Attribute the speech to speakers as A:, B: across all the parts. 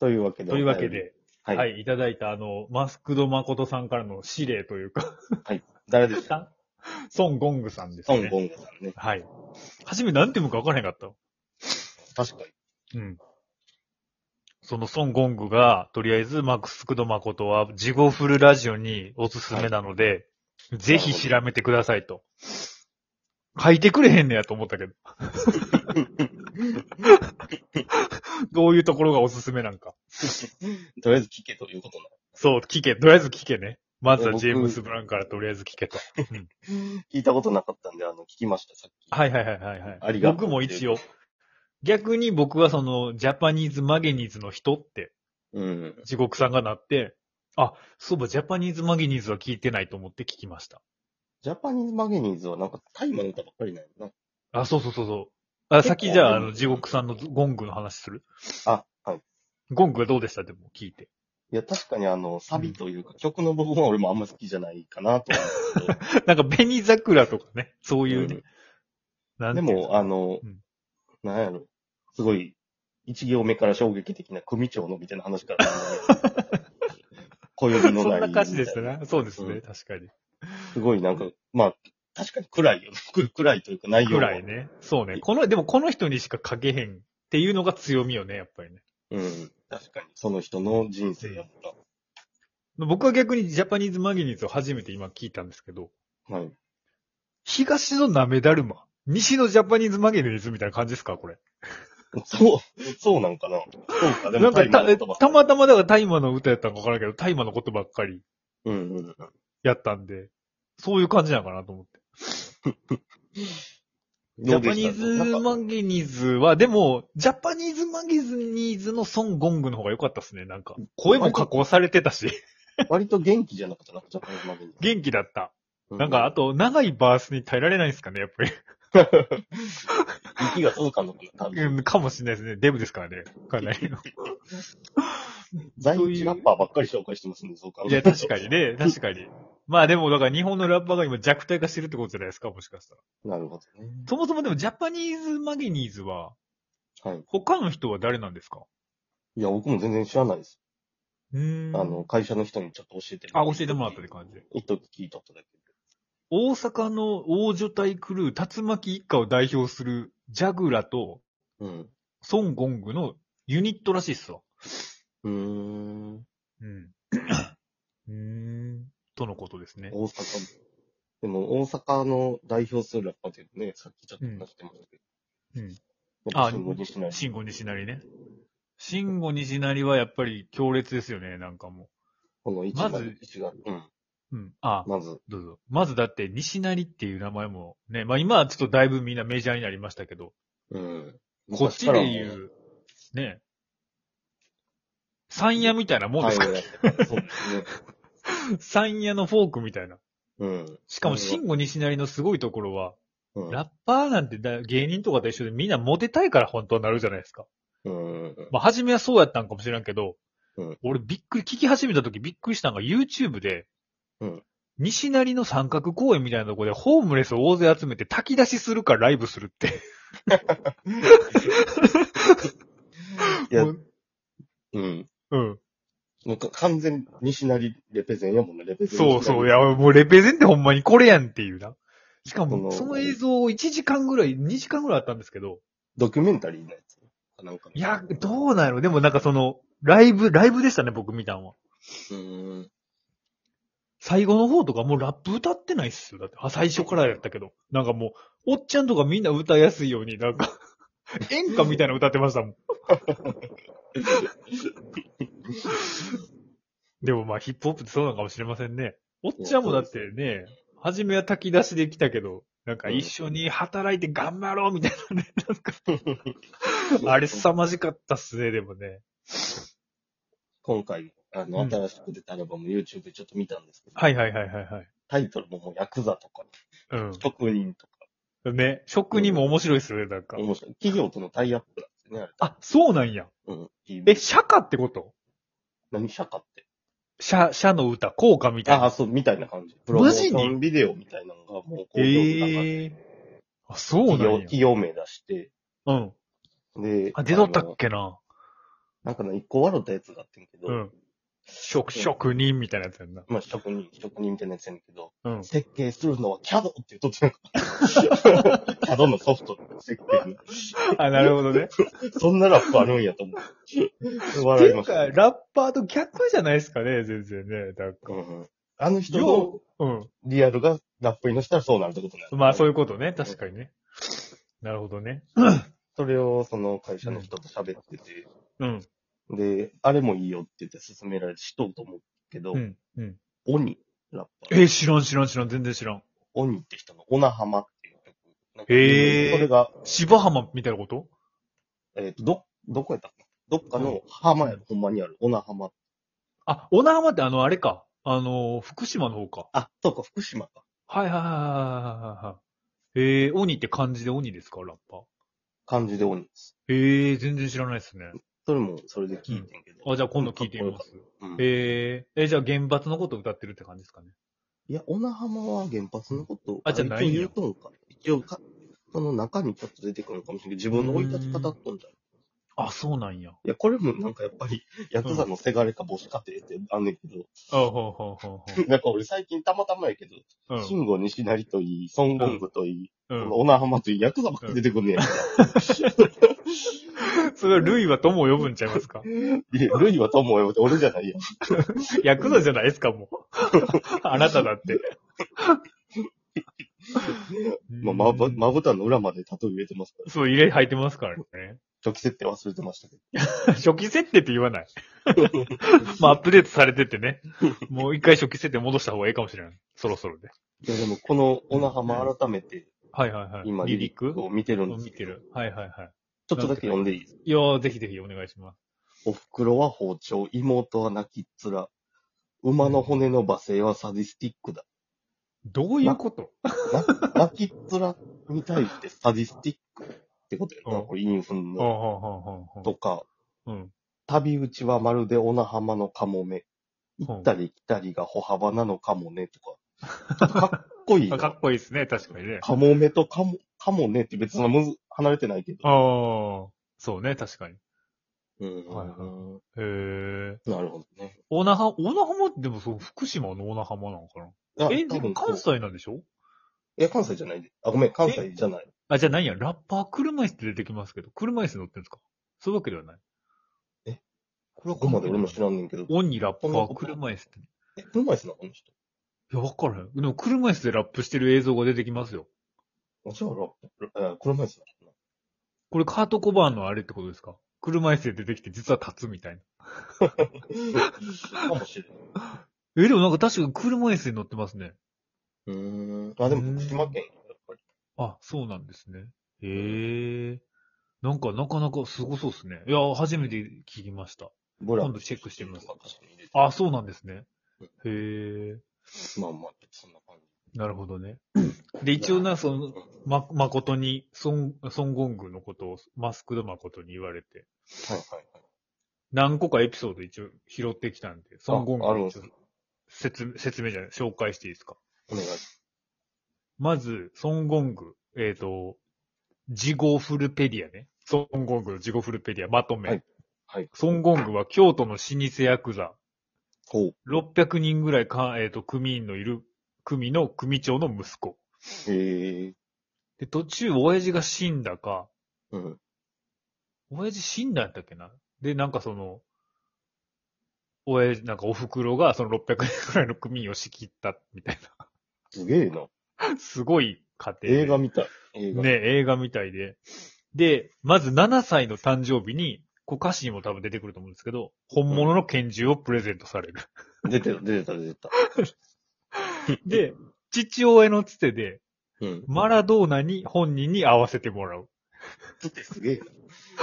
A: というわけで。
B: というわけ。で、
A: はい。
B: はい、い、ただいた、あの、マスクド誠さんからの指令というか、
A: 誰ですか
B: ソン・ゴングさんです
A: ソ
B: ね。
A: ン・ゴングさんね。
B: はい。はじめ何て読むか分からへんかった。
A: 確かに。
B: うん。そのソン・ゴングが、とりあえずマックス・クド・マコトは、ジゴフルラジオにおすすめなので、ぜひ調べてくださいと。書いてくれへんねやと思っ たけど。どういうところがおすすめなんか。
A: とりあえず聞けということな
B: そう、聞け。とりあえず聞けね。まずは
A: 僕
B: ジェームス・ブランからとりあえず聞けと。
A: の。聞いたことなかったんで、あの、聞きました、さっき。
B: はいはいはいはい、はい。
A: ありがとう
B: 僕も一応。逆に僕はその、ジャパニーズ・マゲニーズの人って、
A: うん。
B: 地獄さんがなって、あ、そういえばジャパニーズ・マゲニーズは聞いてないと思って聞きました。
A: ジャパニーズ・マゲニーズはなんかタイマの歌ばっかりなんやな。
B: あ、そうそうそうそう。あ、先じゃあ、あ
A: 結構
B: の、地獄さんのゴングの話する
A: あ、はい。
B: ゴングはどうでしたでも聞いて。
A: いや、確かにあの、サビというか、曲の部分は俺もあんま好きじゃないかなと思うんですけど。
B: なんか、紅桜とかね、そういうね。な
A: うんん
B: て
A: で
B: いうの
A: も、あの
B: うん、
A: なんやろ。すごい、一行目から衝撃的な組長のみたいな話から考え る。暦の
B: そ
A: ない。
B: んな感じでした。ね。そうですね、
A: うん
B: 確かに。
A: すごいなんか、まあ、確かに暗いよね。 く暗いというか内容
B: ぐ
A: は
B: らい。ね。そうね。この、でもこの人にしか書けへんっていうのが強みよね、やっぱりね。
A: うん。確かに。その人の人生やった。
B: 僕は逆にジャパニーズ・マギニーズを初めて今聞いたんですけど、
A: はい。
B: 東のナメダルマ、西のジャパニーズ・マギニーズみたいな感じですかこれ。
A: そう、そうなんかな。そうか、でも
B: なんか
A: タイマーの言
B: た、
A: 葉
B: たまたまだから大麻の歌やったんかわからんけど、大麻のことばっかり
A: うんうんうん。
B: やったんで、そういう感じなのかなと思って。ジ
A: どう
B: ャ
A: で
B: パニ
A: し
B: ー
A: た
B: ズ・マギニーズは、でも、ジャパニーズ・マギニーズのソン・ゴングの方が良かったですね、なんか。声も加工されてたし、
A: 割と元気じゃなかったな、ジャパニーズマゲニーズ
B: 元気だった。
A: う
B: なんか、あ、と、長いバースに耐えられないんですかね、やっぱり。
A: 息が続かんのかな、多
B: う
A: 分。
B: ん、かもしれないですね。デブですからね。かなりの。
A: 在
B: そうい
A: 日
B: う
A: ラッパーばっかり紹介してますね、そうか。
B: いや、確かに。 ね。確かに。まあでも、だから日本のラッパーが今弱体化してるってことじゃないですか、もしかしたら。
A: なるほどね。
B: そもそもでも、ジャパニーズ・マギニーズは、
A: はい。
B: 他の人は誰なんですか
A: いや、僕も全然知らないです。
B: うーん。
A: あの、、会社の人にちょっと教えて
B: あ、教えてもらったって感じで。
A: 一時聞いたことだけ
B: 大阪の大所帯クルー、竜巻一家を代表するジャグラと
A: ど。うん。
B: ソン・ゴングのユニットらしいっすわ。
A: うーん。
B: うん。うーん。とのことですね。
A: 大阪も。でも、大阪の代表するラッパーでね、さっきちょっと話してましたけど。
B: うん。
A: あ、信号にしない。
B: シンゴ西成ね。シンゴ西成はやっぱり強烈ですよね、なんかも
A: この一
B: ま
A: 番、
B: ず
A: 一が、うん。
B: う。うん。あ、
A: まず、
B: どうぞ。まずだって西成っていう名前もね、まあ今はちょっとだいぶみんなメジャーになりましたけど、
A: うん。
B: こっちで言。う、ね、山野みたいなもんですか、
A: はいそうですね。
B: 山野のフォークみたいな。
A: うん。
B: しかも、シンゴ西成のすごいところは、
A: うん。
B: ラッパーなんてだ芸人とかと一緒でみんなモテたいから本当はなるじゃないですか。
A: うん。
B: まあ、初めはそうやったんかもしれんけど、
A: うん
B: 俺びっくり、聞き始めた時びっくりしたのが YouTube で、
A: うん
B: 西成の三角公園みたいなとこでホームレスを大勢集めて炊き出しするからライブするって。
A: いや
B: もう
A: うん。
B: うん。
A: もうか完全に西成レペゼンやもんね、レペゼン。
B: そうそう。い
A: や。
B: や、もうレペゼンってほんまにこれやんっていうな。しかも、
A: そ
B: そ
A: の
B: の映像を1時間ぐらい、2時間ぐらいあったんですけど、
A: ドキュメンタリーのやつ。なんか。
B: いや、どうなのでもなんかその、ライブ、ライブでしたね、僕見たんは。
A: うん。
B: 最後の方とかもうラップ歌ってないっすよ。だって、あ、最初からやったけど。なんかもう、おっちゃんとかみんな歌いやすいように、なんか、演歌みたいなの歌ってましたもん。でもまあ、ヒップホップってそうなのかもしれませんね。おっちゃんもだってね、初めは炊き出しで来たけど、なんか一緒に働いて頑張ろうみたいなね、なんか、あれ凄まじかったっすね、でもね。
A: 今回、あ
B: う
A: の、
B: ん
A: 新しく出たアルバム YouTube でちょっと見たんですけど。
B: はいはいはいはいはい。
A: タイトルももうヤクザとか、職人とか、
B: うん。ね、職人も面白いっすよね、なんか。
A: 面白い。企業とのタイアップなんですよね、あれ。
B: あ、そうなんや。
A: うん。
B: え、釈迦ってこと
A: 何社かって。
B: 社、社の歌、効果みたい
A: ああ、
B: な。
A: そう、みたいな感じ。プロモ
B: マ
A: ー
B: ジに
A: ションビデオみたいなのがもう、こう、
B: ええあ、そう
A: 企
B: な
A: 業、
B: んや。
A: 企業名出して、
B: うん。
A: で、
B: あ、出とったっけな。
A: なんかね、一個笑ったやつがあってんけど、
B: うん。職、職人みたいなやつやんな。
A: まあ、職人、職人みたいなやつやねんけど、
B: うん。
A: 設計するのは CAD って言っとってんか CAD のソフトの設計の。
B: あ、なるほどね。
A: そんなラップあるんやと思う。
B: って
A: 笑い
B: い
A: ま
B: う
A: した
B: か、
A: ね。
B: ラッパーと逆じゃないですかね、全然ね。なん
A: う
B: か
A: んうんあの人の
B: よう、うん。
A: リアルがラップに乗せたらそうなるってことなんだ
B: まあそういうことね、確かにね。なるほどね。
A: それをその会社の人と喋ってて、
B: うん。
A: で、あれもいいよって言って勧められて知っとうと思うけど、
B: うん。うん。
A: 鬼、ラッパー。
B: えー、知らん知らん知らん、全然知らん。
A: 鬼って人のオナハマっていう曲。なんか
B: へー
A: それが、
B: 芝浜みたいなこと
A: えっ、と、ど、どこやったかなどっかの浜やろ、ほんまにある。オナハマ。
B: あ、小名浜ってあの、あれか。あの、福島の方か。
A: あ、そうか、福島か。
B: はいはいはいはいはいはい。えー、鬼って漢字で鬼ですか、ラッパー。
A: 漢字で鬼です。
B: えー、全然知らないですね。
A: それも、それで聞いてんけど。
B: あ、じゃあ今度聞いてみます。
A: うん
B: えー、え、じゃあ原発のこと歌ってるって感じですかね。
A: いや、オナハマは原発のこと
B: あじゃあないんや
A: 一応言うとんか。一応か、その中にちょっと出てくるのかもしれんけど、自分の生い立ち語っとんじゃん。
B: あ、そうなんや。
A: いや、これもなんかやっぱり、ヤクザのせがれか母子家庭ってあんねんけど、
B: あ、ほうほうほうほ
A: なんか俺最近たまたまやけど、
B: う。 うん。
A: 慎吾西成といい、孫悟空といい、
B: う
A: こ
B: ん
A: の。小名浜といい、ヤクザばっか出てくんねや。
B: それは、ルイは友を呼ぶんちゃいます か
A: いや、ルイは友を呼ぶって俺じゃないやん。
B: ヤクザじゃないですか、もう。 あなただ って。
A: まあ、まぶ、まぶたの裏までタトゥー入れてますから、
B: そう、入れ入ってますからね。
A: 初期設定忘れてましたけど。
B: 初期設定って言わない。 まあ、アップデートされてってね。もう一回初期設定戻した方がいいかもしれない。そろそろで。
A: いや、でもこの小名浜改めて、
B: はいはいはい。
A: 今、
B: リリック
A: を見てるんです
B: 見てる。はいはいは
A: ちょっとだけ読んでいいですか
B: い。いやーぜひぜひお願いします。
A: お袋は包丁、妹は泣きっ面。馬の骨の罵声はサディスティックだ。
B: どういうこと
A: な泣きっ面に対してサディスティックってことやな、
B: うん
A: これ、インフン
B: うんう
A: の。
B: んうん
A: とか、
B: うんうん。
A: 旅打ちはまるで小名浜のカモメ。行ったり来たりが歩幅なのかもね、 とか。かっこいいな。
B: あかっこいいですね、確かにね。
A: カモメとカモ、カモネって別にそんなむず離れてないけど。
B: ああ、そうね、確かに。
A: うん
B: はいへえ。
A: なるほどね。
B: オナハ、オナハマってでもそう、福島のオナハマなのかな
A: あ
B: え、
A: 多
B: で
A: 分
B: も関西なんでしょ
A: いや、関西じゃないで。あ、ごめん、関西じゃない。
B: あ、じゃあ何や、ラッパー車椅子って出てきますけど、車椅子乗ってるんですかそういうわけではない。
A: え
B: これ
A: こ
B: は
A: こまで俺も知
B: ない。
A: らんねんけど。
B: オンにラッパー車椅子って。
A: え、車椅子なのこの人。
B: いや、わからへん。でも車椅子でラップしてる映像が出てきますよ。
A: あじゃあラップ、えー車椅子だ な。
B: これカートコバーンのあれってことですか車椅子で出てきて実は立つみたいな。
A: かもしれない。
B: え、でもなんか確かに車椅子に乗ってますね。
A: うーん。あ、でも福島県、やっぱり。
B: あ、そうなんですね。へえ。なんかなかなかすごそうですね。いや、初めて聞きました。
A: ブラ
B: 今度チェックしてみます
A: とか確かに入れて
B: あ、そうなんですね。へえ。
A: まあまあ、そんな感
B: なるほどね。で、一応な、その、ま、誠に、孫、孫悟空のことを、マスクド誠に言われて、
A: じ。はいはいはい。
B: 何個かエピソード一応拾ってきたんで、孫悟
A: あある
B: 空
A: んす
B: の一応
A: か
B: 説明、説明じゃない、紹介していいですか。
A: お願いします。
B: まず、孫悟空、えっ、と、ジゴフルペディアね。孫悟空のジゴフルペディア、まとめ。
A: はいはい。
B: 孫悟空は京都の老舗ヤクザ、
A: ほう。
B: 600人ぐらいか、えっ、と、組員のいる、組の組長の息子。
A: へえ。
B: で、途中、親父が死んだか、
A: うん。
B: 親父死んだんやったっけなで、なんかその、親父、なんかお袋がその600人ぐらいの組員を仕切ったみたい
A: すげえな。
B: な、すごい家庭で。
A: 映画みたい。映画。
B: ね、映画みたいで。で、まず7歳の誕生日に、こう歌詞にも多分出てくると思うんですけど、本物の拳銃をプレゼントされる。
A: 出てた、出てた、出てた。
B: で、父親のつてで、
A: うん。
B: マラドーナに本人に会わせてもらう。
A: つってすげえ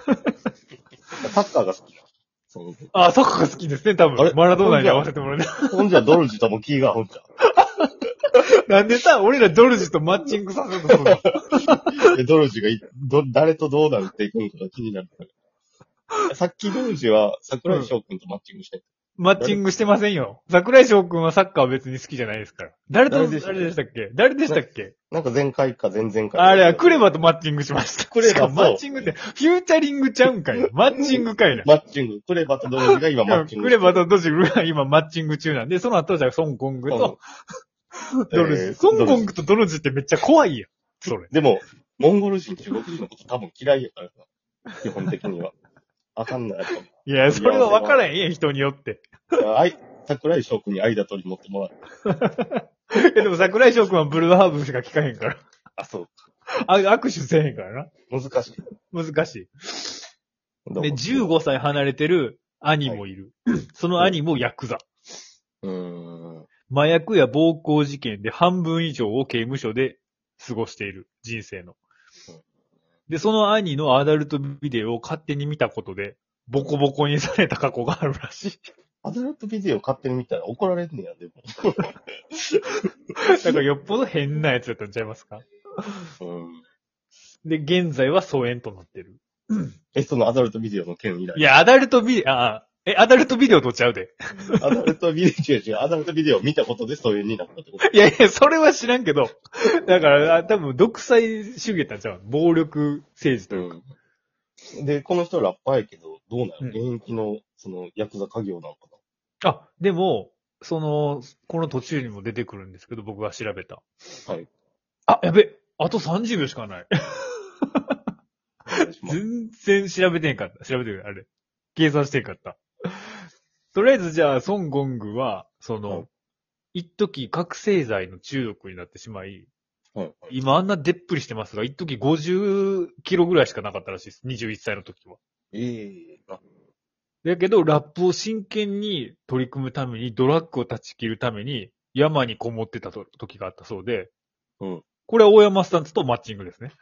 A: な。サッカーが好きな。そう。
B: あ、サッカーが好きですね、多
A: あれ
B: 分。マラドーナに会わせてもらう。
A: ほんじゃ、ドルジとも気が合うんじゃん
B: なんでさ、俺らドルジとマッチングさせると するの
A: でドルジがい、ど、誰とどうなっていくのかが気になる。さっきドルジは桜井翔くんとマッチングして
B: マッチングしてませんよ。桜井翔くんはサッカーは別に好きじゃないですから。誰と、
A: 誰でしたっけ
B: 誰でしたっけ誰でしたっけ
A: なんか前回か前々回か。
B: あれはクレバとマッチングしました。
A: クレバ
B: しかも
A: そう
B: マッチングって、フューチャリングちゃうんかい な。マッチングかいな。
A: マッチング。クレバとドロジが今マッチング。
B: クレバとドジルが今マッチング中なんで、その後じゃあソンコングとドルジ。
A: えー
B: ソンコングとドルジってめっちゃ怖いやん。それ。
A: でも、モンゴル人、中国人のこと多分嫌いやからさ。基本的には。あかんない。やっ
B: いや、それは分からへんやん、人によって。
A: ぱあい、桜井翔くんに間取り持ってもらう。
B: え、でも桜井翔くんはブルーハーブしか聞かへんから。
A: あ、そう。
B: あ握手せえへんから
A: 難しい。
B: な。難し
A: ど
B: い。
A: う
B: で、15歳離れてる兄もいる。 その兄もヤクザ。
A: うーん。
B: 麻薬や暴行事件で半分以上を刑務所で過ごしている。人生の
A: うん。
B: で、その兄のアダルトビデオを勝手に見たことで、ボコボコにされた過去があるらしい。
A: アダルトビデオ勝手に見たら怒られんねや、でも。
B: だからよっぽど変なやつだったんちゃいますか
A: うん。
B: で、現在は疎遠となってる。
A: え、そのアダルトビデオの件以来。
B: いや、アダルトビデオ、ああ、え、アダルトビデオとちゃうで。
A: アダルトビデオ、違う違う、アダルトビデオを見たことでそういうになったってこと。
B: いやいや、それは知らんけど。だから、あ多分、独裁主義やったんちゃう暴力政治というか。
A: うん。で、この人ラッパーやけど、どうな
B: うん
A: の現役の、その、ヤクザ家業なのか
B: あ、でも、その、この途中にも出てくるんですけど、僕が調べた。
A: はい。
B: あ、やべ、あと30秒しかない。
A: なお願いします
B: 全然調べてへんかった。調べてる、あれ。計算してへんかった。とりあえずじゃあ、ソン・ゴングは、その、
A: はい
B: 一時覚醒剤の中毒になってしまい、
A: はい。
B: 今あんなでっぷりしてますが、一時50キロぐらいしかなかったらしいです。21歳の時は。
A: ええあ
B: だけど、ラップを真剣に取り組むために、ドラッグを断ち切るために、山にこもってたと時があったそうで、
A: うん
B: これは大山スタンツとマッチングですね。